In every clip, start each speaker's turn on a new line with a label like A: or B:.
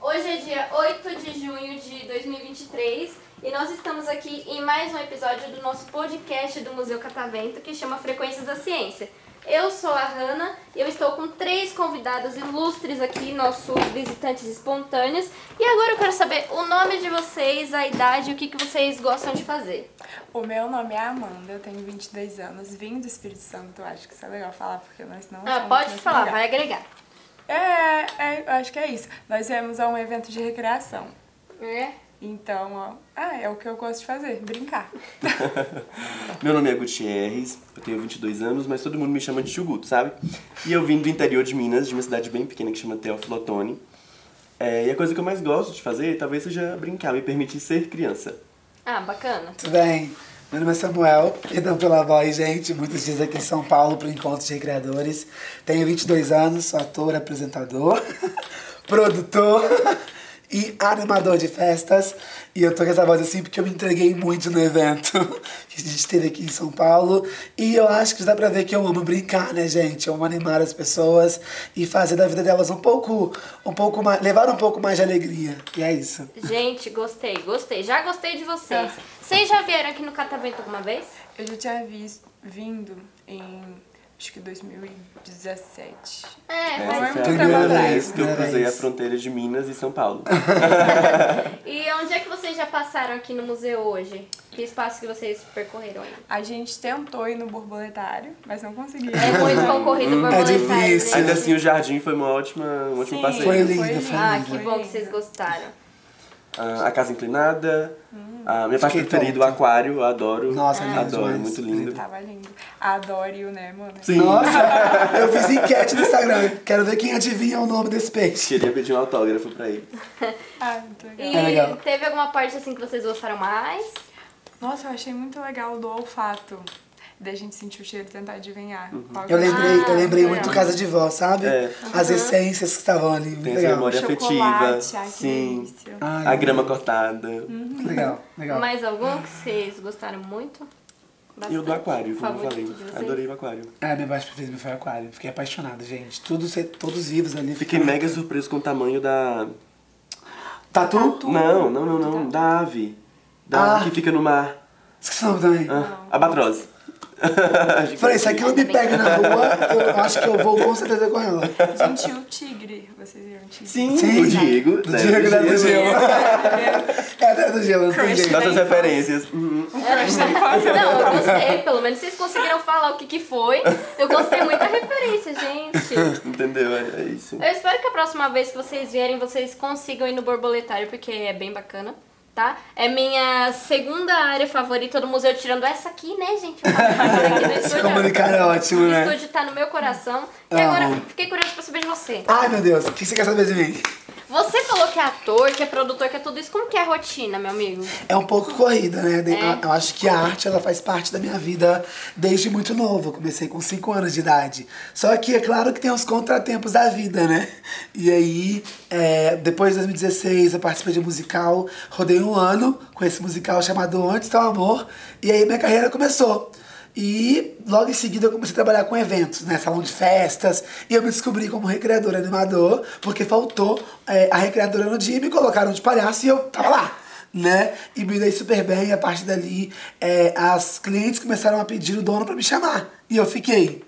A: Hoje é dia 8 de junho de 2023 e nós estamos aqui em mais um episódio do nosso podcast do Museu Catavento que chama Frequências da Ciência. Eu sou a Hanna e eu estou com três convidados ilustres aqui, nossos visitantes espontâneos. E agora eu quero saber o nome de vocês, a idade e o que, que vocês gostam de fazer.
B: O meu nome é Amanda, eu tenho 22 anos, vim do Espírito Santo, acho que isso é legal falar, porque nós não
A: Ah, pode falar, vai agregar.
B: É, é, eu acho que é isso. Nós viemos a um evento de recreação,
A: É?
B: então, ó, ah, é o que eu gosto de fazer, brincar.
C: Meu nome é Gutierrez, eu tenho 22 anos, mas todo mundo me chama de Chuguto, sabe? E eu vim do interior de Minas, de uma cidade bem pequena que chama Teoflotone. É, e a coisa que eu mais gosto de fazer talvez seja brincar, me permitir ser criança.
A: Ah, bacana.
D: Tudo bem? Meu nome é Samuel, perdão pela voz, gente. Muitos dias aqui em São Paulo para o Encontro de Recreadores. Tenho 22 anos, sou ator, apresentador, produtor e animador de festas. E eu tô com essa voz assim porque eu me entreguei muito no evento que a gente teve aqui em São Paulo. E eu acho que dá pra ver que eu amo brincar, né, gente? Eu amo animar as pessoas e fazer da vida delas um pouco, um pouco mais, levar um pouco mais de alegria. E é isso.
A: Gente, gostei, gostei. Já gostei de vocês. Vocês já vieram aqui no Catavento alguma vez?
B: Eu já tinha visto, vindo em, acho que 2017.
A: É, mas...
B: Não é
C: Essa é a
B: muito
C: primeira
B: trabalhado.
C: vez que eu
D: Primeira
C: cruzei a
D: vez.
C: fronteira de Minas e São Paulo.
A: E onde é que vocês já passaram aqui no museu hoje? Que espaço que vocês percorreram aí?
B: A gente tentou ir no borboletário, mas não conseguiu.
A: É muito concorrido o
D: É
A: borboletário,
D: difícil.
A: né?
C: Ainda assim, é o jardim foi uma ótima, um ótimo
B: Sim,
C: passeio.
D: Foi lindo, foi
A: Ah,
D: lindo.
A: que bom que vocês gostaram.
C: Ah, a casa inclinada, a minha parte
D: Fiquei
C: preferida, o
D: tonto.
C: aquário, eu adoro.
D: Nossa, lindo
C: Adoro, é
D: demais.
C: muito lindo.
B: Tava lindo. Adoro o Nemo, né?
C: Sim,
D: Nossa, eu fiz enquete no Instagram. Quero ver quem adivinha o nome desse peixe.
C: queria pedir um autógrafo pra ele.
B: Ah, muito legal.
A: E
D: É legal.
A: teve alguma parte assim que vocês gostaram mais?
B: Nossa, eu achei muito legal o do olfato. Da gente sentir o cheiro e tentar adivinhar. qual que é.
D: Eu lembrei,
A: Ah,
D: eu lembrei
A: legal.
D: muito Casa de Vó, sabe?
C: É.
D: As essências que estavam ali. Muito
C: Tem essa
D: legal.
C: memória afetiva.
B: Chocolate, ai, que
C: Sim.
B: delícia.
D: Ai,
C: A grama cortada.
D: Legal, legal.
A: Mais algum que vocês gostaram muito?
C: E o do aquário, como eu
A: Favorito
C: falei.
A: de vocês?
C: Adorei o aquário.
D: É, minha baixa preferida foi o aquário. Fiquei apaixonada, gente. Tudo, se- todos vivos ali.
C: Fiquei mega surpreso com o tamanho da.
D: Tatu?
A: Tá
C: Não, não, não, não. Da ave. Da ave
D: Ah.
C: que fica no mar.
D: Esqueci o nome também.
C: Ah, abatroz. Acho que
D: Falei, é se
C: foi.
D: aquilo me pega na rua, eu acho que eu vou com certeza com ela.
B: Gente, e o tigre. Vocês viram o tigre?
C: Sim,
D: Sim.
C: o Diego. né?
D: Do Diego né, da do Gelo. É da do Gelo, não tem
B: Crush.
D: jeito.
A: né?
C: Nossas referências. Uhum.
A: Não, eu gostei, pelo menos vocês conseguiram falar o que, que foi. Eu gostei muito da referência, gente.
C: Entendeu? É é isso.
A: Eu espero que a próxima vez que vocês vierem, vocês consigam ir no borboletário, porque é bem bacana, tá? É minha segunda área favorita do museu, tirando essa aqui, né, gente? Eu tava fazendo aqui no
D: Se
A: estúdio.
D: comunicar é ótimo,
A: O
D: né?
A: estúdio tá no meu coração. E
D: Amo.
A: agora, fiquei curiosa pra saber de você.
D: Ai, meu Deus, o que você quer saber de mim?
A: Você falou que é ator, que é produtor, que é tudo isso. Como que é a rotina, meu amigo?
D: É um pouco corrida, né? De-
A: É.
D: Eu acho que a arte ela faz parte da minha vida desde muito novo. Eu comecei com 5 anos de idade. Só que é claro que tem os contratempos da vida, né? E aí, é, depois de 2016, eu participei de um musical, rodei um ano com esse musical chamado Antes do Amor, e aí minha carreira começou. E logo em seguida eu comecei a trabalhar com eventos, né? Salão de festas. E eu me descobri como recreador animador, porque faltou é, a recreadora no dia e me colocaram de palhaço e eu tava lá né? E me dei super bem. E a partir dali, é, as clientes começaram a pedir o dono pra me chamar. E eu fiquei.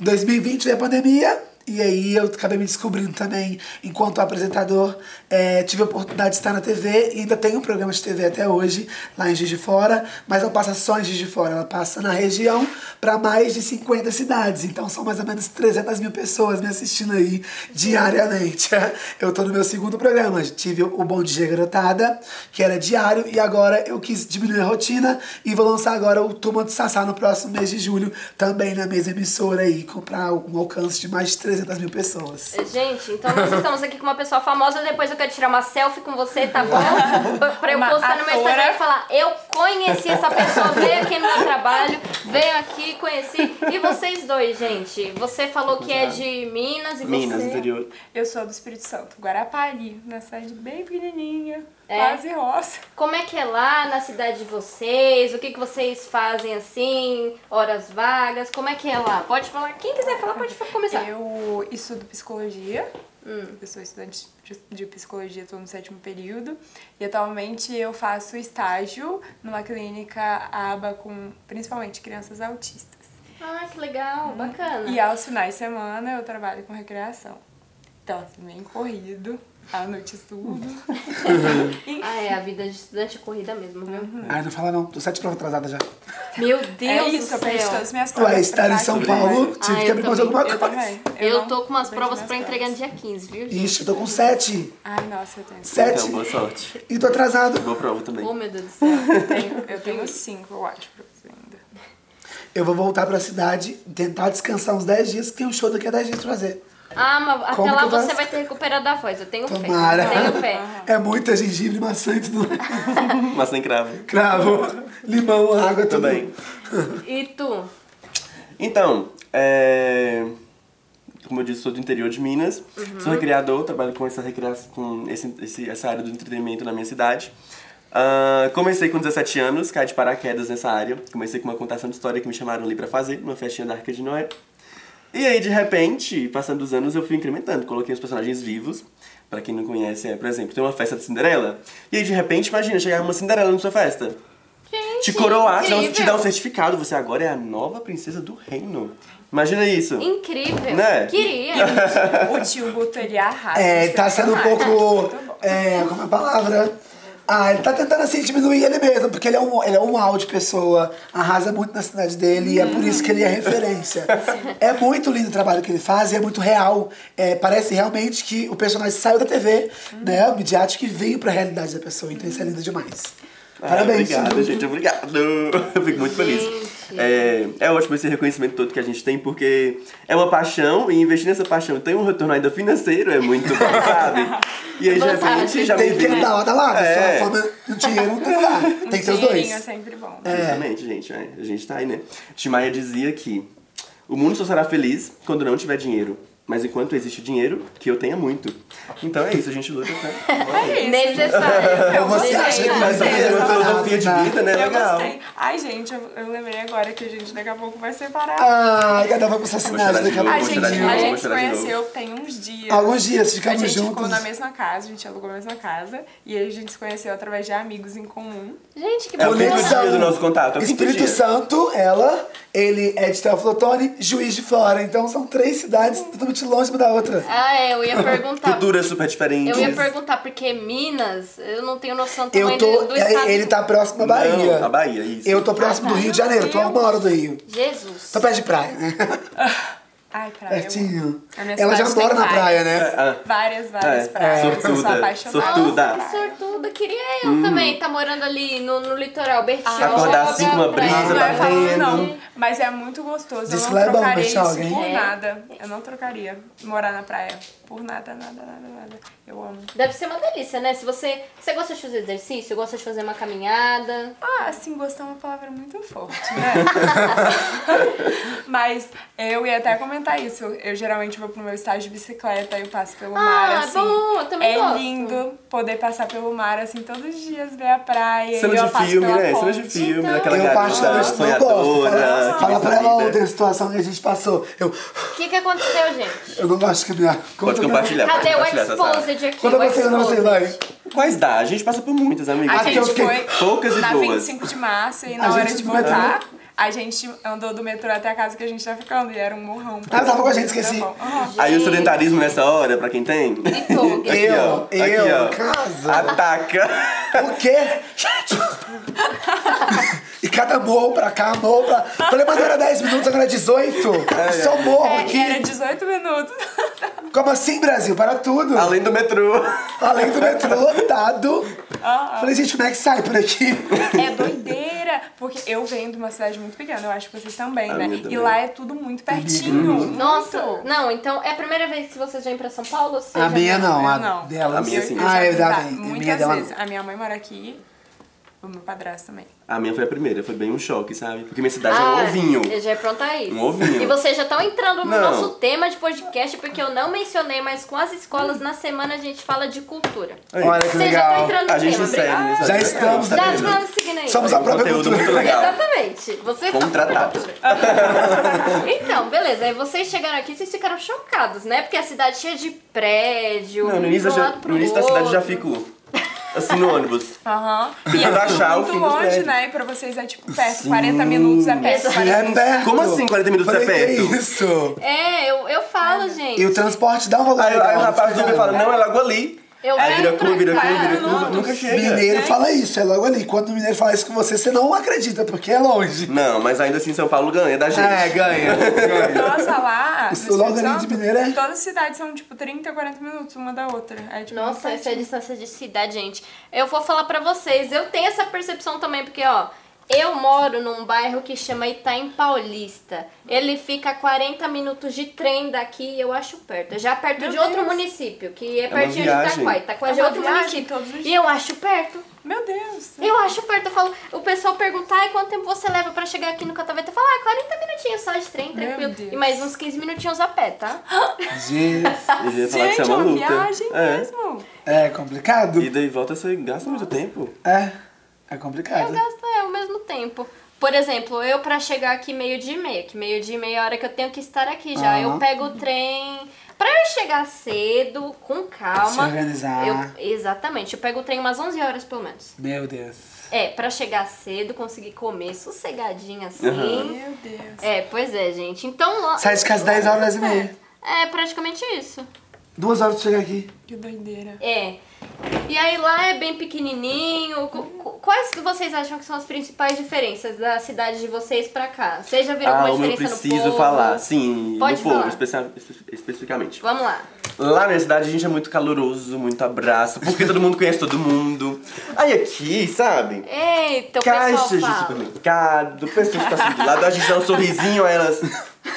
D: Em 2020 veio a pandemia. E aí eu acabei me descobrindo também enquanto apresentador. É, tive a oportunidade de estar na TV e ainda tenho um programa de TV até hoje, lá em Juiz de Fora, mas não passa só em Juiz de Fora, ela passa na região para mais de 50 cidades. Então são mais ou menos 300 mil pessoas me assistindo aí diariamente. Eu tô no meu segundo programa. Tive o Bom Dia Garotada, que era diário, e agora eu quis diminuir a rotina e vou lançar agora o Turma do Sassá no próximo mês de julho, também na mesma emissora aí, com- pra um alcance de mais de 300 mil pessoas.
A: Gente, então nós estamos aqui com uma pessoa famosa. Depois eu quero tirar uma selfie com você, tá bom? Pra eu
B: Uma
A: postar no meu
B: atora.
A: Instagram e falar: Eu conheci essa pessoa, veio aqui no meu trabalho, veio aqui, conheci. E vocês dois, gente? Você falou que é de Minas e
C: Minas,
A: você.
C: interior.
B: Eu sou do Espírito Santo, Guarapari, uma cidade bem pequenininha,
A: É?
B: quase roça.
A: Como é que é lá na cidade de vocês? O que, que vocês fazem assim? Horas vagas? Como é que é lá? Pode falar. Quem quiser falar, pode começar.
B: Eu estudo psicologia. Eu sou estudante de- de psicologia, estou no sétimo período. E atualmente eu faço estágio numa clínica aba com principalmente crianças autistas.
A: Ah, que legal, bacana.
B: E aos finais de semana eu trabalho com recreação. Então, assim, bem corrido. À noite é estudo.
A: Ah, é, a vida de estudante é corrida mesmo, viu?
D: Ai, não fala não. Tô sete provas atrasada já.
A: Meu
B: Uhum. é
A: Deus
B: isso, eu
A: do céu.
B: perdi todas as minhas provas.
D: Ué, estar em
B: pra
D: São
B: estudar.
D: Paulo, tive
A: Ah,
D: que
A: eu
D: abrir mão de alguma
B: né? Eu
D: coisa.
B: também.
A: Eu,
B: não
A: tô com umas
B: perdi
A: provas
B: minhas
A: pra entregar no dia 15, viu? gente?
D: Ixi, eu tô com sete.
B: Ai, nossa, eu tenho.
D: Sete.
C: Então, boa sorte.
D: E tô atrasado.
C: Boa prova também.
A: Oh, meu Deus do céu.
B: Eu tenho, eu tenho cinco, eu acho, pra você ainda.
D: Eu vou voltar pra cidade, tentar descansar uns 10 dias, que tem um show daqui a 10 dias pra fazer.
A: Ah, mas até
D: Como que
A: lá
D: eu faço?
A: você vai ter recuperado a voz. Eu tenho
D: Tomara.
A: fé. Eu tenho fé.
D: É muita gengibre, maçã e tudo.
C: Mas sem cravo.
D: Cravo, limão, água, tudo.
C: Também.
A: E tu?
C: Então, é... como eu disse, sou do interior de Minas, sou recreador, trabalho com, essa, recria... com esse, esse- essa área do entretenimento na minha cidade. Ah, comecei com 17 anos, caí de paraquedas nessa área. Comecei com uma contação de história que me chamaram ali pra fazer, numa festinha da Arca de Noé. E aí, de repente, passando os anos, eu fui incrementando. Coloquei os personagens vivos. Pra quem não conhece, é, por exemplo, tem uma festa de Cinderela. E aí, de repente, imagina, chegar uma Cinderela na sua festa.
A: Gente,
C: Te coroar, te dar um-
A: incrível.
C: te dar um certificado. Você agora é a nova princesa do reino. Imagina isso.
A: Incrível.
C: Né?
A: Queria.
B: O tio Guto, ele arrasa.
D: É, tá sendo um pouco. É, como é a palavra? Ah, ele tá tentando assim diminuir ele mesmo, porque ele é um, ele é um uau de pessoa, arrasa muito na cidade dele e é por isso que ele é referência. É muito lindo o trabalho que ele faz e é muito real. É, parece realmente que o personagem saiu da TV, né? O midiático e veio pra realidade da pessoa, então isso é lindo demais.
C: Ah,
D: Parabéns.
C: Obrigado, gente. Obrigado. Eu fico muito feliz.
A: Gente.
C: É, é ótimo esse reconhecimento todo que a gente tem, porque é uma paixão e investir nessa paixão tem um retorno ainda financeiro, é muito bom, sabe? E aí, de
A: Vantagem.
C: repente, já me
D: Tem que
C: vi-
D: dar uma da lado,
C: É.
D: só a fama do dinheiro não tem lá. Tem que ser os
B: Dinheirinho é
D: dois.
B: sempre bom.
C: Exatamente, gente. é, A gente tá aí, né? Timaya dizia que o mundo só será feliz quando não tiver dinheiro. Mas enquanto existe dinheiro, que eu tenha muito. Então é isso, a gente luta pra.
B: É isso.
A: Necessário.
B: Eu
D: Você
B: gostei,
D: acha que
B: eu
D: vai
C: Mas é
B: gostei.
D: ser
C: uma filosofia de vida, né?
B: Eu
C: Legal.
B: gostei. Ai, gente, eu, eu lembrei agora que a gente daqui a pouco vai separar.
D: Ai, cada um vai pro seu
C: Vou chorar
D: cenário daqui
C: de
D: a
C: novo,
B: a
C: vou
B: gente,
C: chorar de novo,
B: a
C: vou
B: gente se
C: chorar de novo.
B: conheceu tem uns dias.
D: Alguns dias,
B: A
D: ficamos
B: gente
D: juntos.
B: ficou na mesma casa, a gente alugou a mesma casa. E a gente se conheceu através de amigos em comum.
A: Gente, que
C: É o
A: bacana.
C: quinto dia do nosso contato. É o quinto
D: Espírito
C: dia.
D: Santo, ela, ele é de Teoflotone, Juiz de Fora. Então são três cidades totalmente longe uma da outra.
B: Tá
A: Ah, é, eu ia perguntar.
C: Culturas super diferentes.
A: Eu ia perguntar, porque Minas, eu não tenho noção do
D: Eu
A: tamanho do,
B: é
D: tô.
A: do estado.
D: Ele tá próximo da Bahia.
C: Não, a Bahia, é isso.
D: Eu tô próximo
B: Ah, tá.
D: do Rio de Janeiro, tô a uma hora do Rio.
A: Jesus.
D: Tô perto de praia, né?
B: Ai, praia. eu-
D: Pertinho.
B: A minha
D: Ela já
B: cidade
D: mora
B: tem
D: na
B: várias.
D: praia, né?
C: Ah,
B: Várias, várias
C: É,
B: praias. Eu sou
C: sortuda,
A: Nossa,
B: apaixonada.
C: sortuda. Tuda.
A: que sortuda. Queria eu também tá morando ali no, no litoral. Bertioga.
C: Acordar às cinco, uma brisa
B: Não é
C: batendo.
B: falando, não. Mas é muito gostoso. Eu
D: Diz
B: não
D: que lá é bom,
B: trocaria isso
D: Bertioga, hein?
B: por
A: É.
B: nada. Eu não trocaria morar na praia. Por nada, nada, nada, nada. Eu amo.
A: Deve ser uma delícia, né? Se você, você gosta de fazer exercício, gosta de fazer uma caminhada.
B: Ah, assim, gostar é uma palavra muito forte, né? Mas eu ia até comentar isso. Eu geralmente vou pro meu estágio de bicicleta e eu passo pelo mar, assim.
A: bom, eu Ah, também
B: é
A: gosto.
B: lindo poder passar pelo mar, assim, todos os dias, ver a praia. e
C: Cena
B: eu
C: de
B: passo
C: filme,
B: pela
C: né? Cena
B: ponte.
C: de filme,
A: Então-
C: daquela
D: Eu
C: garota
D: particularmente não gosto.
C: sonhadora. né?
D: Fala,
C: que
D: fala
C: vista
D: pra ela
C: linda.
D: ontem a situação que a gente passou. Eu,
A: O que, que aconteceu, gente?
D: eu não gosto de caminhar.
C: Pode
D: Conta-
C: compartilhar, pode
A: Cadê o
C: compartilhar essa sala.
A: Exposed aqui?
D: Quando
A: O
D: você eu não sei,
A: Exposed.
D: vai.
C: Quais dá? A gente passa por muitas, amigos.
B: A
D: Aqui eu
B: gente
D: fiquei
B: foi
C: poucas e
B: na
C: boas.
B: 25 de março e
D: A
B: na hora
D: gente
B: de
D: do metrô.
B: voltar, a gente andou do metrô até a casa que a gente tá ficando e era um morrão.
D: Ah, eu tava com a gente, esqueci.
B: Tá bom. Aham.
C: Aí o sedentarismo nessa hora, pra quem tem.
A: Vitor,
C: Aqui, ó.
D: Eu,
C: Aqui,
D: eu,
C: ó.
D: casa.
C: Ataca.
D: O quê? e cada morro pra cá, morro pra. Falei, mas não era 10 minutos, agora é 18. Só morro
B: É,
D: aqui.
B: Era 18 minutos.
D: Como assim, Brasil? Para tudo.
C: Além do metrô.
D: Além do metrô lotado. Falei, gente, como é que sai por aqui?
B: É doideira, porque eu venho de uma cidade muito pequena, eu acho que vocês também,
C: A
B: né?
C: minha
B: E
C: Ah, também. Uhum.
B: lá é tudo muito pertinho. muito.
A: Nossa, não, então é a primeira vez que vocês vêm pra São Paulo? ou né? Você
D: A
A: já
D: minha
A: vem-
D: não,
B: Eu
D: a
B: não.
D: dela.
C: A minha sim.
B: Eu
D: Ah,
B: já
D: é
B: fui lá
D: verdade. A minha
B: Muitas
D: dela.
B: vezes. A minha mãe mora aqui. O meu padrasto também.
C: A minha foi a primeira, foi bem um choque, sabe? Porque minha cidade é
A: Ah,
C: um ovinho.
A: Eu já ia aprontar isso.
C: Um ovinho.
A: E vocês já estão entrando no
C: Não.
A: nosso tema de podcast, porque eu não mencionei, mas com as escolas na semana a gente fala de cultura.
C: Aí,
D: Olha que
A: Vocês já estão
D: legal.
A: entrando no
C: A gente
A: tema.
C: segue
A: obrigada.
C: nessa
D: Já estamos
C: tá
A: Já
C: vendo?
A: estamos seguindo aí.
D: Somos a
C: Um
D: própria
C: conteúdo muito
D: cultura.
C: legal.
A: Exatamente. Vocês são
C: Contratados.
A: cultura. Então, beleza. Aí vocês chegaram aqui, vocês ficaram chocados, né? Porque a cidade cheia de prédio,
C: Não, no início,
A: do
C: eu já,
A: lado pro
C: no início da cidade eu já
A: outro.
C: fico assim no ônibus.
B: Aham. E é
C: Tentando achar o
B: muito
C: fim dos
B: longe,
C: prédios.
B: né? E pra vocês é tipo perto,
C: Sim.
B: 40 minutos a pé.
A: Exato.
B: 40
D: É
B: minutos.
D: perto.
C: Como assim 40 minutos
D: Falei,
C: é perto?
D: que isso?
A: É, eu, eu falo, gente.
D: E o transporte dá um rolê
C: Aí,
D: legal.
C: aí o rapaz do
D: Fala,
C: Uber fala, não, é logo ali.
A: Eu
C: Aí vira
A: venho
C: curva, vira
A: pra
C: curva,
A: cá,
C: vira curva,
A: não.
C: nunca chega.
D: Mineiro fala isso, é logo ali. Quando o mineiro fala isso com você, você não acredita, porque é longe.
C: Não, mas ainda assim São Paulo ganha da gente.
D: É, ganha. ganha.
B: Nossa, lá. no
D: Isso logo
B: Espírito
D: ali de
B: Santo,
D: Mineiro é-
B: Todas as cidades são tipo 30, 40 minutos uma da outra. É, tipo,
A: Nossa,
B: muito
A: essa é a distância de cidade, gente. Eu vou falar pra vocês, eu tenho essa percepção também, porque, ó, eu moro num bairro que chama Itaim Paulista. Ele fica a 40 minutos de trem daqui e eu acho perto. É Já perto
B: Meu
A: de outro
B: Deus.
A: município, que é,
C: uma
A: pertinho de
C: viagem.
A: Itaquá. Itaquá
B: É
A: já é
B: uma
A: outro
B: viagem
A: município.
B: todos os
A: E eu acho perto.
B: Meu Deus.
A: Eu acho perto. Eu falo, o pessoal pergunta, ai, quanto tempo você leva pra chegar aqui no Catavento? Eu falo, ah, 40 minutinhos só de trem,
B: Meu
A: tranquilo.
B: Deus.
A: E mais uns 15 minutinhos a pé, tá?
D: Gente,
C: Ele ia falar que
B: Gente,
C: isso é
B: é
C: uma
B: uma
C: luta.
B: viagem
C: É.
B: mesmo.
D: é complicado?
C: E daí volta, você gasta muito tempo.
D: É, é
A: Eu
D: complicado.
A: gasto é, ao mesmo tempo. Por exemplo, eu pra chegar aqui meio dia e meia, que meio dia e meia é a hora que eu tenho que estar aqui já.
D: Aham.
A: Eu pego o trem. Pra eu chegar cedo, com
D: Se
A: calma.
D: organizar.
A: eu- exatamente, eu pego o trem umas 11 horas pelo menos.
D: Meu Deus.
A: É, pra chegar cedo, conseguir comer sossegadinha assim.
C: Aham.
B: Meu Deus.
A: É, pois é, gente. Então. ó-
D: Sai de casa 10 horas e meia.
A: É, praticamente isso.
D: Duas horas pra chegar aqui.
B: Que doideira.
A: É. E aí lá é bem pequenininho. Qu- qu- Quais que vocês acham que são as principais diferenças da cidade de vocês pra cá? Vocês já viram
C: Ah, o
A: alguma
C: meu
A: diferença no
C: preciso
A: povo?
C: falar. Sim,
A: Pode
C: no povo,
A: falar.
C: especia- espe- especificamente.
A: Vamos lá.
C: Lá na cidade a gente é muito caloroso, muito abraço, porque todo mundo conhece todo mundo. Aí aqui, sabe?
A: Eita, o pessoal
C: Caixas de
A: fala.
C: supermercado, pessoas passando do tá lado, a gente dá um sorrisinho, elas.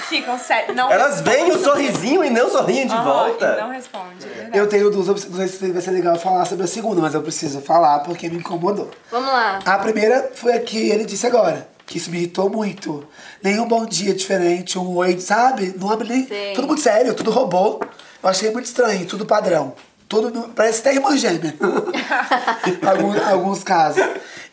B: Ficam sérios. Não
C: Elas veem o sorrisinho e não sorriem de
B: Aham, e Não
C: volta.
B: responde. é verdade.
D: Eu tenho duas opções, não sei se vai ser legal falar sobre a segunda, mas eu preciso falar porque me incomodou.
A: Vamos lá.
D: A primeira foi a que ele disse agora, que isso me irritou muito. Nenhum bom dia diferente, um oi, sabe? Não abre nem.
A: Sim.
D: Tudo muito sério, tudo robô. Eu achei muito estranho, tudo padrão. Tudo, parece até irmã gêmea. alguns, alguns casos.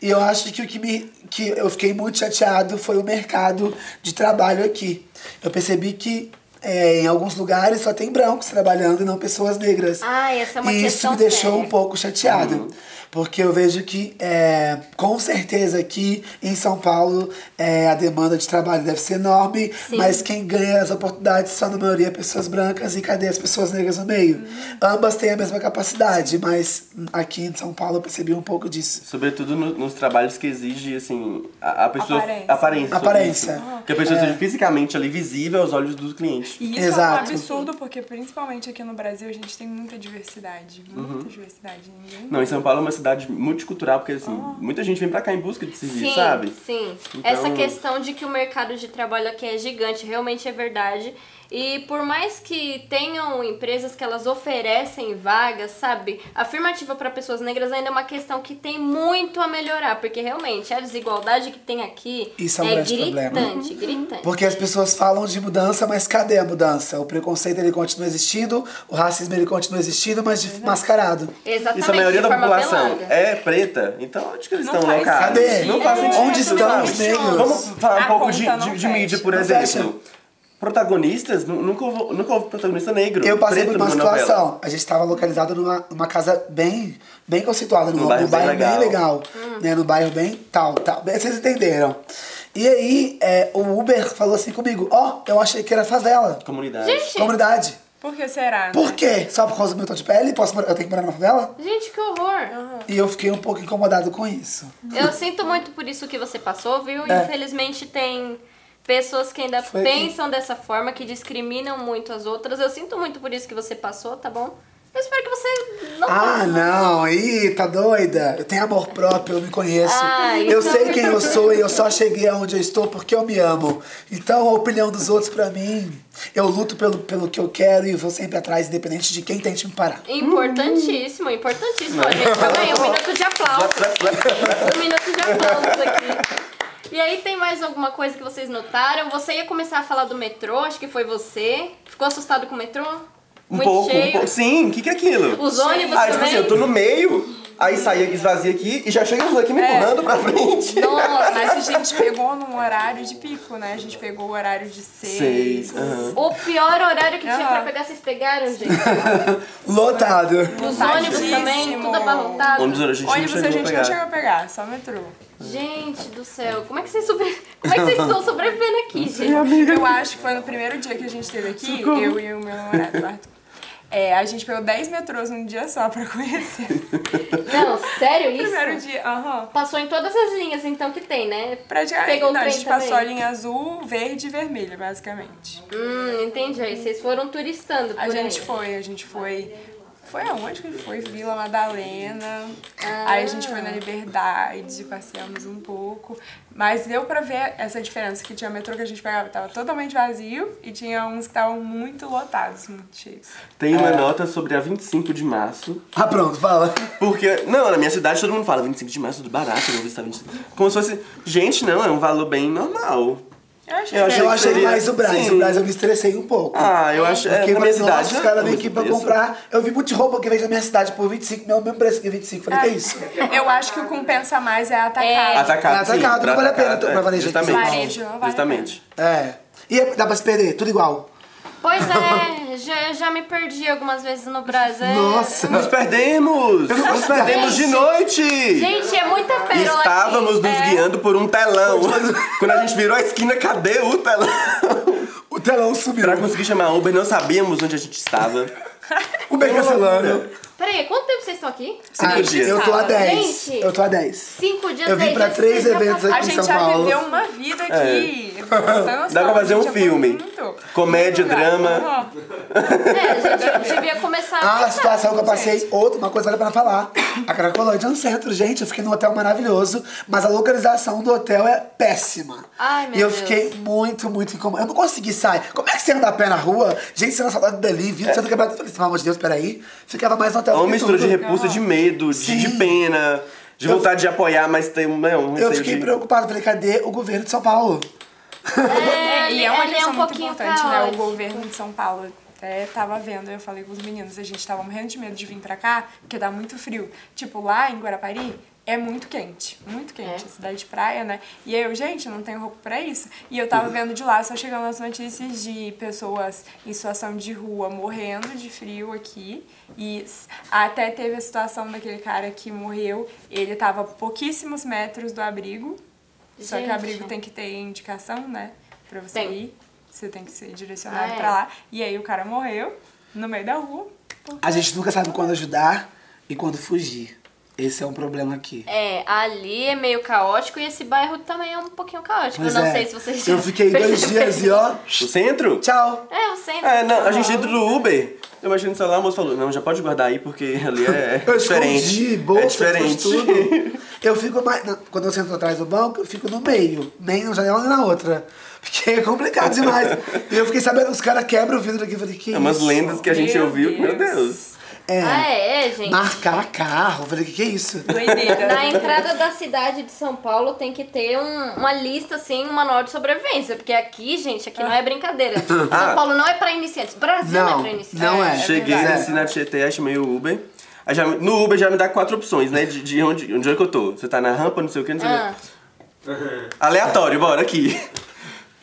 D: E eu acho que o que, me, que eu fiquei muito chateado foi o mercado de trabalho aqui. Eu percebi que é, em alguns lugares só tem brancos trabalhando e não pessoas negras.
A: Ai, essa é uma
D: e isso
A: questão
D: me deixou
A: séria.
D: um pouco chateado. Porque eu vejo que, é, com certeza, aqui em São Paulo, é, a demanda de trabalho deve ser enorme,
A: Sim.
D: mas quem ganha as oportunidades são, na maioria, pessoas brancas e cadê as pessoas negras no meio? Ambas têm a mesma capacidade, mas hum, aqui em São Paulo eu percebi um pouco disso.
C: Sobretudo no- nos trabalhos que exige, assim, a, a pessoa.
B: Aparência. Ah,
C: Aparência.
D: Aparência.
C: isso. Que a pessoa seja fisicamente ali visível aos olhos do cliente.
B: E isso
D: Exato.
B: é um absurdo, porque principalmente aqui no Brasil a gente tem muita diversidade. Muita diversidade. Ninguém.
C: Uhum. Não, em São Paulo é uma cidade multicultural, porque assim,
B: Ah.
C: muita gente vem pra cá em busca de serviço,
A: Sim,
C: sabe?
A: sim.
C: Então-
A: Essa questão de que o mercado de trabalho aqui é gigante, realmente é verdade. E por mais que tenham empresas que elas oferecem vagas, sabe, afirmativa para pessoas negras ainda é uma questão que tem muito a melhorar, porque realmente a desigualdade que tem aqui
D: Isso é um grande problema.
A: gritante, gritante.
D: Porque as pessoas falam de mudança, mas cadê a mudança? O preconceito ele continua existindo, o racismo ele continua existindo, mas de- mascarado.
A: Exatamente.
C: Isso é a maioria
A: de
C: da
A: forma
C: população
A: velada.
C: é preta, então onde que eles
B: Não
C: estão
B: faz
C: alocados?
D: sentido.
C: Não faz
B: É,
C: sentido.
D: Onde
C: sabe?
D: estão os negros?
C: Vamos falar um
B: A
C: pouco
B: conta
C: de,
B: não
C: de- de
B: fecha.
C: mídia, por
D: Não
C: exemplo. Protagonistas, nu- nunca houve, nunca houve protagonista negro.
D: Eu passei por
C: preto
D: uma
C: numa novela.
D: situação. A gente estava localizado numa, numa casa bem, bem conceituada, num, num bairro, bem legal, né? Num bairro bem tal, tal. Bem, vocês entenderam. E aí, é, o Uber falou assim comigo, ó, eu achei que era favela,
C: Comunidade.
A: Gente,
D: comunidade.
B: Por que será? né?
D: Por quê? Só por causa do meu tom de pele? Posso, morar- eu tenho que morar na favela?
A: gente, que horror.
D: E eu fiquei um pouco incomodado com isso.
A: Eu sinto muito por isso que você passou, viu?
D: É.
A: Infelizmente tem pessoas que ainda
D: Foi-
A: pensam dessa forma, que discriminam muito as outras. Eu sinto muito por isso que você passou, tá bom? Eu espero que você não
D: Ah, não, ih, tá doida? Eu tenho amor próprio, eu me conheço.
A: Ah,
D: eu
A: então-
D: sei quem eu sou e eu só cheguei aonde eu estou porque eu me amo. Então a opinião dos outros pra mim, eu luto pelo, pelo que eu quero e vou sempre atrás, independente de quem tente me parar.
A: Importantíssimo, importantíssimo. A gente também, um minuto de aplauso. um minuto de aplausos aqui. E aí, tem mais alguma coisa que vocês notaram? Você ia começar a falar do metrô, acho que foi você. Ficou assustado com o metrô?
C: Um
A: Muito
C: pouco,
A: cheio.
C: um pouco. Sim, o que, que é aquilo?
A: Os ônibus
C: Ah, tipo
A: também?
C: assim, eu tô no meio, aí saí esvazia aqui e já chega os aqui me empurrando pra frente.
A: Nossa,
B: Mas a gente pegou num horário de pico, né? A gente pegou o horário de seis.
C: Seis. aham.
A: o pior horário que tinha
B: Aham.
A: pra pegar, vocês pegaram, gente.
D: Lotado.
A: Os ônibus
B: Tadíssimo.
A: também, tudo abarrotado.
C: Ônibus a gente não
B: Ônibus
C: chegou
B: a
C: a
B: gente
C: pegar.
B: não chegou a pegar, só metrô.
A: Gente do céu, como é que vocês, sobre... como é que vocês estão sobrevivendo aqui, gente?
B: Eu acho que foi no primeiro dia que a gente esteve aqui, eu e o meu namorado, o Arthur. É, a gente pegou 10 metrôs num dia só pra conhecer.
A: Não, sério isso?
B: Primeiro dia, aham.
A: Passou em todas as linhas, então, que tem, né?
B: Praticamente,
A: Pegou o
B: não, a
A: trem
B: gente
A: também?
B: passou a linha azul, verde e vermelha, basicamente.
A: Hum, entendi. Aí vocês foram turistando por
B: A gente
A: aí.
B: foi, a gente foi. Foi aonde que a gente foi? Vila Madalena.
A: Ah.
B: Aí a gente foi na Liberdade, passeamos um pouco. Mas deu pra ver essa diferença que tinha metrô que a gente pegava, tava totalmente vazio e tinha uns que estavam muito lotados, muito cheios.
C: Tem uma nota sobre a 25 de março.
D: Ah, pronto, fala.
C: Porque, não, na minha cidade todo mundo fala 25 de março, é tudo barato, eu não vou visitar 25. Como se fosse. Gente, não, é um valor bem normal.
B: Eu achei.
C: Eu
B: que-
C: achei-
D: Eu achei
C: seria-
D: mais o Braz.
C: Sim.
D: O Braz eu me estressei um pouco.
C: Ah, eu acho. É,
D: Porque
C: na minha
D: falei,
C: cidade.
D: nossa, os caras
C: é
D: vêm
C: muito
D: aqui pra
C: preço.
D: comprar. Eu vi muito de roupa que vende na minha cidade por 25, meu mesmo preço que 25. Falei, que
A: Ah.
D: é isso?
B: Eu acho que o compensa mais é atacado.
A: É.
C: Atacado,
D: Atacado, não
C: sim, pra
D: vale a pena
C: atacado,
D: pra
C: é,
D: varejo aqui em São
C: Justamente.
B: Paulo. Varejo, não vale a
C: justamente.
D: É. E é- dá pra se perder, tudo igual.
A: Pois é, já, já me perdi algumas vezes no Brasil.
D: Nossa.
C: Nos perdemos! Nos perdemos de noite!
A: Gente, é muita pérola
C: Estávamos
A: aqui.
C: nos
A: É.
C: guiando por um telão. Quando a gente virou a esquina, cadê o telão?
D: O telão sumiu.
C: Pra conseguir chamar a Uber, não sabíamos onde a gente estava.
D: O bem
C: né?
D: cancelando.
A: Peraí, quanto tempo vocês estão aqui?
C: Cinco dias.
D: Ah, eu tô a 10.
A: Gente.
D: Eu tô a 10.
A: Cinco dias
D: Eu vim
A: aí,
D: pra
A: já
D: três
A: sei, já
D: eventos
A: passou.
B: A
D: Em
B: gente
D: São
B: já
D: Paulo.
B: viveu uma vida aqui. Eu não tenho noção,
C: É. Dá pra fazer
B: a
C: um
B: gente já foi
C: filme.
B: muito-
C: Comédia,
B: muito
C: drama.
B: lugar.
A: É, gente, eu devia começar
D: Ah,
A: a
D: a situação que eu passei, outra, uma coisa vale pra falar. A Cracolândia é um centro, gente. Eu fiquei num hotel maravilhoso, mas a localização do hotel é péssima.
A: Ai, meu
D: E eu
A: Deus.
D: fiquei muito, muito incomodada. Eu não consegui sair. Como é que você anda a pé na rua? Gente, você na saudade dali, vindo, sendo quebrado. Eu falei, pelo amor de Deus, peraí. Ficava mais no hotel.
C: É uma
D: que
C: mistura É. de
D: tudo.
C: repulsa, de medo, de, de
D: Sim.
C: pena, de
D: Eu-
C: vontade de apoiar, mas tem um, né, um
D: Eu
C: receio
D: fiquei
C: de...
D: preocupada. Falei, cadê o governo de São Paulo?
A: É,
B: E é uma
A: ele
B: questão
A: um
B: muito
A: pouquinho
B: importante, né? O
A: caótico.
B: governo de São Paulo até tava vendo, eu falei com os meninos, a gente tava morrendo de medo de vir pra cá, porque dá muito frio. Tipo, lá em Guarapari é muito quente, muito quente,
A: É.
B: cidade de praia, né? E eu, gente, não tenho roupa pra isso. E eu tava vendo de lá, só chegando as notícias de pessoas em situação de rua morrendo de frio aqui. E s- até teve a situação daquele cara que morreu, ele tava a pouquíssimos metros do abrigo. Só que
A: Gente.
B: o abrigo tem que ter indicação, né? Pra você
A: Tem.
B: ir. Você tem que ser direcionado
A: Ah, é.
B: pra lá. E aí o cara morreu no meio da rua. porque-
D: A gente nunca sabe quando ajudar e quando fugir. Esse é um problema aqui.
A: É, ali é meio caótico e esse bairro também é um pouquinho caótico.
D: Pois
A: eu não
D: é.
A: sei se vocês
D: Eu fiquei dois
A: perceberam.
D: dias e ó.
C: O centro?
D: Tchau.
A: É, eu sei.
C: É, não, a gente dentro do Uber, eu baixei no celular, o moço falou, não, já pode guardar aí, porque ali é
D: Eu
C: diferente.
D: escondi bolsa,
C: é diferente.
D: fiz tudo. Eu fico mais. não, Quando eu sento atrás do banco, eu fico no meio. Nem na janela, nem na outra. Porque é complicado demais. e eu fiquei sabendo, os caras quebram o vidro aqui. Eu falei, que
C: É umas
D: isso?
C: lendas que a gente
B: Meu
C: ouviu, que, meu
B: Deus.
C: Deus.
D: É,
A: Ah, é, é, gente.
D: marcar carro. Eu falei, que que é isso?
B: Doideira.
A: Na entrada da cidade de São Paulo tem que ter um- uma lista, assim, um manual de sobrevivência. Porque aqui, gente, aqui não é brincadeira. São
C: Ah.
A: Paulo não é pra iniciantes. Brasil não, é
D: Não,
A: pra iniciantes.
D: não é.
C: Cheguei
D: verdade.
C: assim na Tietê, chamei o Uber. Aí já- no Uber já me dá quatro opções, né? De, de onde, onde é que eu tô. Você tá na rampa, não sei o que, não sei o
A: Ah,
C: que. Aleatório, bora aqui.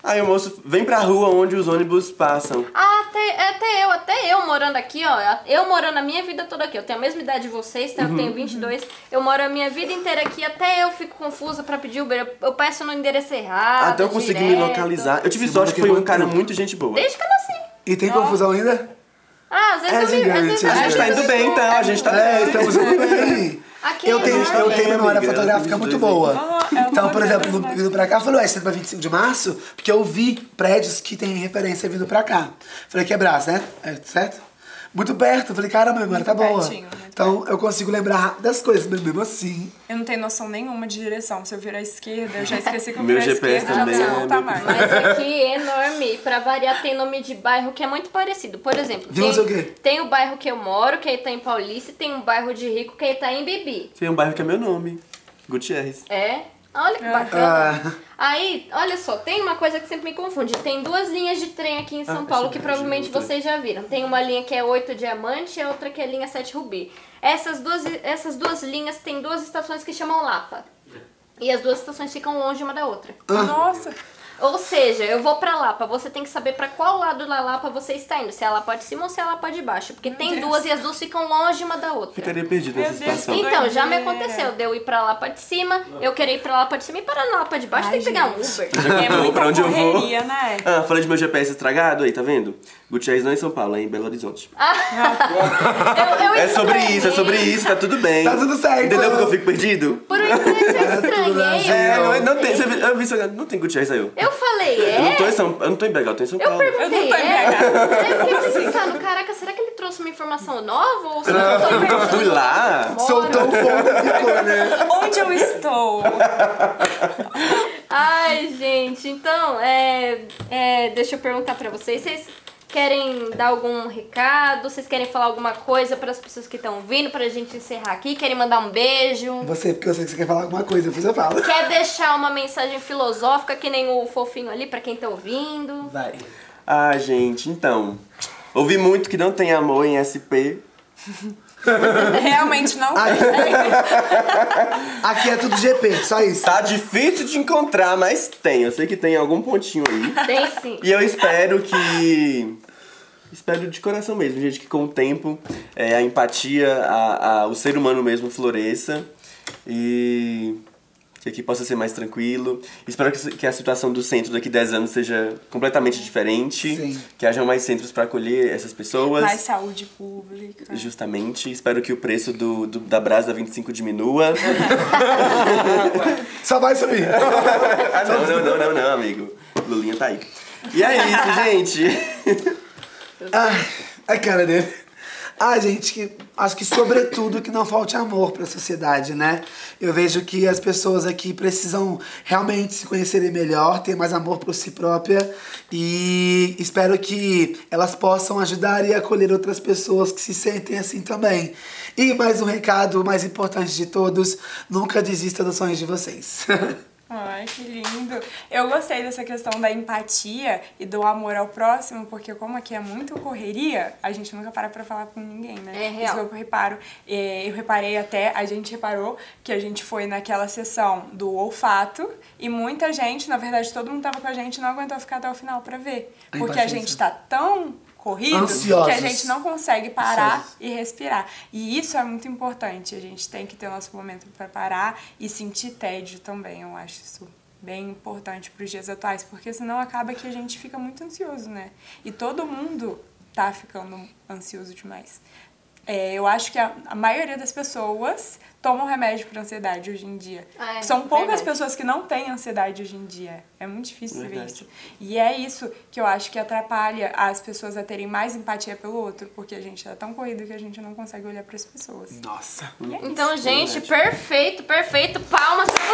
C: Aí o moço vem pra rua onde os ônibus passam.
A: Ah, até, até eu, até eu morando aqui, ó. Eu morando a minha vida toda aqui. Eu tenho a mesma idade de vocês, tá? eu
C: Uhum.
A: tenho 22. Eu moro a minha vida inteira aqui. Até eu fico confusa pra pedir Uber. Eu, eu peço no endereço errado.
C: Até eu conseguir me
A: direto.
C: localizar. Eu tive sorte que foi
D: é
C: um cara muito gente boa.
A: Desde que eu nasci.
D: E tem confusão ainda?
A: Ah, às vezes
D: É
A: eu me. Às
D: gigante,
A: vezes
D: é
A: eu-
C: A gente tá indo bem, então. A gente tá
D: É,
C: bem.
D: estamos indo bem.
A: Aqui
D: Eu tenho, um
A: é
D: eu tenho memória
C: amiga,
D: fotográfica muito boa.
B: Ah, é uma
D: Então, por
B: coisa
D: exemplo, no-
B: verdade.
D: vindo pra cá, eu falei, ué, você tá pra 25 de março? Porque eu vi prédios que têm referência vindo pra cá. Falei, que é Brás, né? É certo? muito perto. Eu falei, cara, minha memória
B: Muito
D: tá boa.
B: pertinho, muito
D: então eu consigo lembrar das coisas, mas mesmo assim.
B: Eu não tenho noção nenhuma de direção. Se eu virar à esquerda, eu já esqueci que eu
C: Meu
B: viro à
C: GPS
B: esquerda, já
C: também
B: não
C: é
B: sei voltar
C: meio
B: mais.
A: Mas aqui é enorme. Pra variar, tem nome de bairro que é muito parecido. Por exemplo,
D: Vila
A: tem,
D: não sei o quê.
A: tem o bairro que eu moro, que é Itaim Paulista, e tem um bairro de rico, que é Itaim Bibi.
C: Tem um bairro que é meu nome. Gutierrez.
A: É? Olha que bacana.
C: Ah.
A: Aí, olha só, tem uma coisa que sempre me confunde. Tem duas linhas de trem aqui em São
C: Ah,
A: Paulo
C: sim,
A: que
C: é,
A: provavelmente
C: de outra.
A: vocês já viram. Tem uma linha que é 8 Diamante e a outra que é linha 7 Rubi. Essas duas, essas duas linhas têm duas estações que chamam Lapa. E as duas estações ficam longe uma da outra.
B: Nossa,
A: Ou seja, eu vou pra Lapa, você tem que saber pra qual lado da Lapa você está indo. Se é a Lapa de cima ou se é a Lapa de baixo. Porque tem
B: Deus.
A: duas e as duas ficam longe uma da outra.
C: Ficaria perdido nessa
B: Meu Deus,
C: situação.
B: que-
A: Então, já me
B: Doideira.
A: aconteceu de eu ir pra Lapa de cima, eu querer ir pra Lapa de cima e parar na Lapa de baixo,
B: Ai,
A: tem que pegar um
B: gente.
A: Uber.
B: é muita
C: Pra onde eu vou?
B: correria, né?
C: Ah, falei de meu GPS estragado aí, tá vendo? Gutierrez não é em São Paulo, é em Belo Horizonte.
A: Ah, Eu, eu
C: é sobre
A: estranhei.
C: isso, é sobre isso, tá tudo bem.
D: Tá tudo certo.
C: Entendeu porque eu fico perdido?
A: Por um instante eu estranhei.
C: É, não, é- não tem,
A: eu,
C: você viu- eu vi isso aqui, não tem Gutierrez aí eu.
A: eu falei,
C: Eu não tô em
A: é?
C: São, eu não tô em BH, eu tô em São
A: Eu
C: Paulo.
A: perguntei,
B: tô
A: é?
B: embriagada.
A: Aí eu fiquei pensando, caraca, será que ele trouxe uma informação nova? Ou será que eu tô
C: Eu nunca
A: perdido?
C: fui lá.
A: Moro.
D: Soltou o fogo e ficou, né?
B: Onde eu estou?
A: Ai, gente, então, é, é, deixa eu perguntar pra vocês. Vocês querem dar algum recado? Vocês querem falar alguma coisa pras pessoas que estão vindo pra gente encerrar aqui? Querem mandar um beijo?
D: Você, porque eu sei que você quer falar alguma coisa, depois eu falo.
A: Quer deixar uma mensagem filosófica que nem o fofinho ali pra quem tá ouvindo?
D: Vai.
C: Ah, gente, então. Ouvi muito que não tem amor em SP.
B: Realmente não.
D: Aqui é tudo GP, só isso.
C: Tá difícil de encontrar, mas tem. Eu sei que tem algum pontinho aí.
A: Tem sim.
C: E eu espero que. Espero de coração mesmo, gente, que com o tempo é, a empatia, a, a- o ser humano mesmo floresça e que aqui possa ser mais tranquilo. Espero que, s- que a situação do centro daqui 10 anos seja completamente diferente,
D: Sim.
C: que hajam mais centros para acolher essas pessoas.
B: Mais saúde pública.
C: Justamente, espero que o preço do, do- da Brasa 25 diminua.
D: Só vai subir.
C: ah, não, não, não, não, não, amigo. Lulinha tá aí. E é isso, gente.
D: Ai, Ah, a cara dele. Ai, gente, que, acho que sobretudo que não falte amor pra sociedade, né? Eu vejo que as pessoas aqui precisam realmente se conhecerem melhor, ter mais amor por si própria e espero que elas possam ajudar e acolher outras pessoas que se sentem assim também. E mais um recado mais importante de todos, nunca desista dos sonhos de vocês.
B: Ai, que lindo. Eu gostei dessa questão da empatia e do amor ao próximo, porque como aqui é muito correria, a gente nunca para pra falar com ninguém, né?
A: É real.
B: Isso eu reparo. É, Eu reparei até, a gente reparou que a gente foi naquela sessão do olfato e muita gente, na verdade, todo mundo tava com a gente e não aguentou ficar até o final pra ver.
D: A
B: Porque a
D: impaciência.
B: gente tá tão corrido
D: Ansiosos.
B: que a gente não consegue parar
D: Ansiosos.
B: e respirar. E isso é muito importante. A gente tem que ter o nosso momento para parar e sentir tédio também. Eu acho isso bem importante para os dias atuais, porque senão acaba que a gente fica muito ansioso, né? E todo mundo tá ficando ansioso demais. É, eu acho que a, a maioria das pessoas tomam remédio para ansiedade hoje em dia.
A: Ah, é,
B: São poucas
A: verdade.
B: pessoas que não têm ansiedade hoje em dia. É muito difícil ver
C: Verdade.
B: isso. E é isso que eu acho que atrapalha as pessoas a terem mais empatia pelo outro, porque a gente tá tão corrido que a gente não consegue olhar para as pessoas.
D: Nossa.
A: Então, gente, perfeito, perfeito. Palmas pra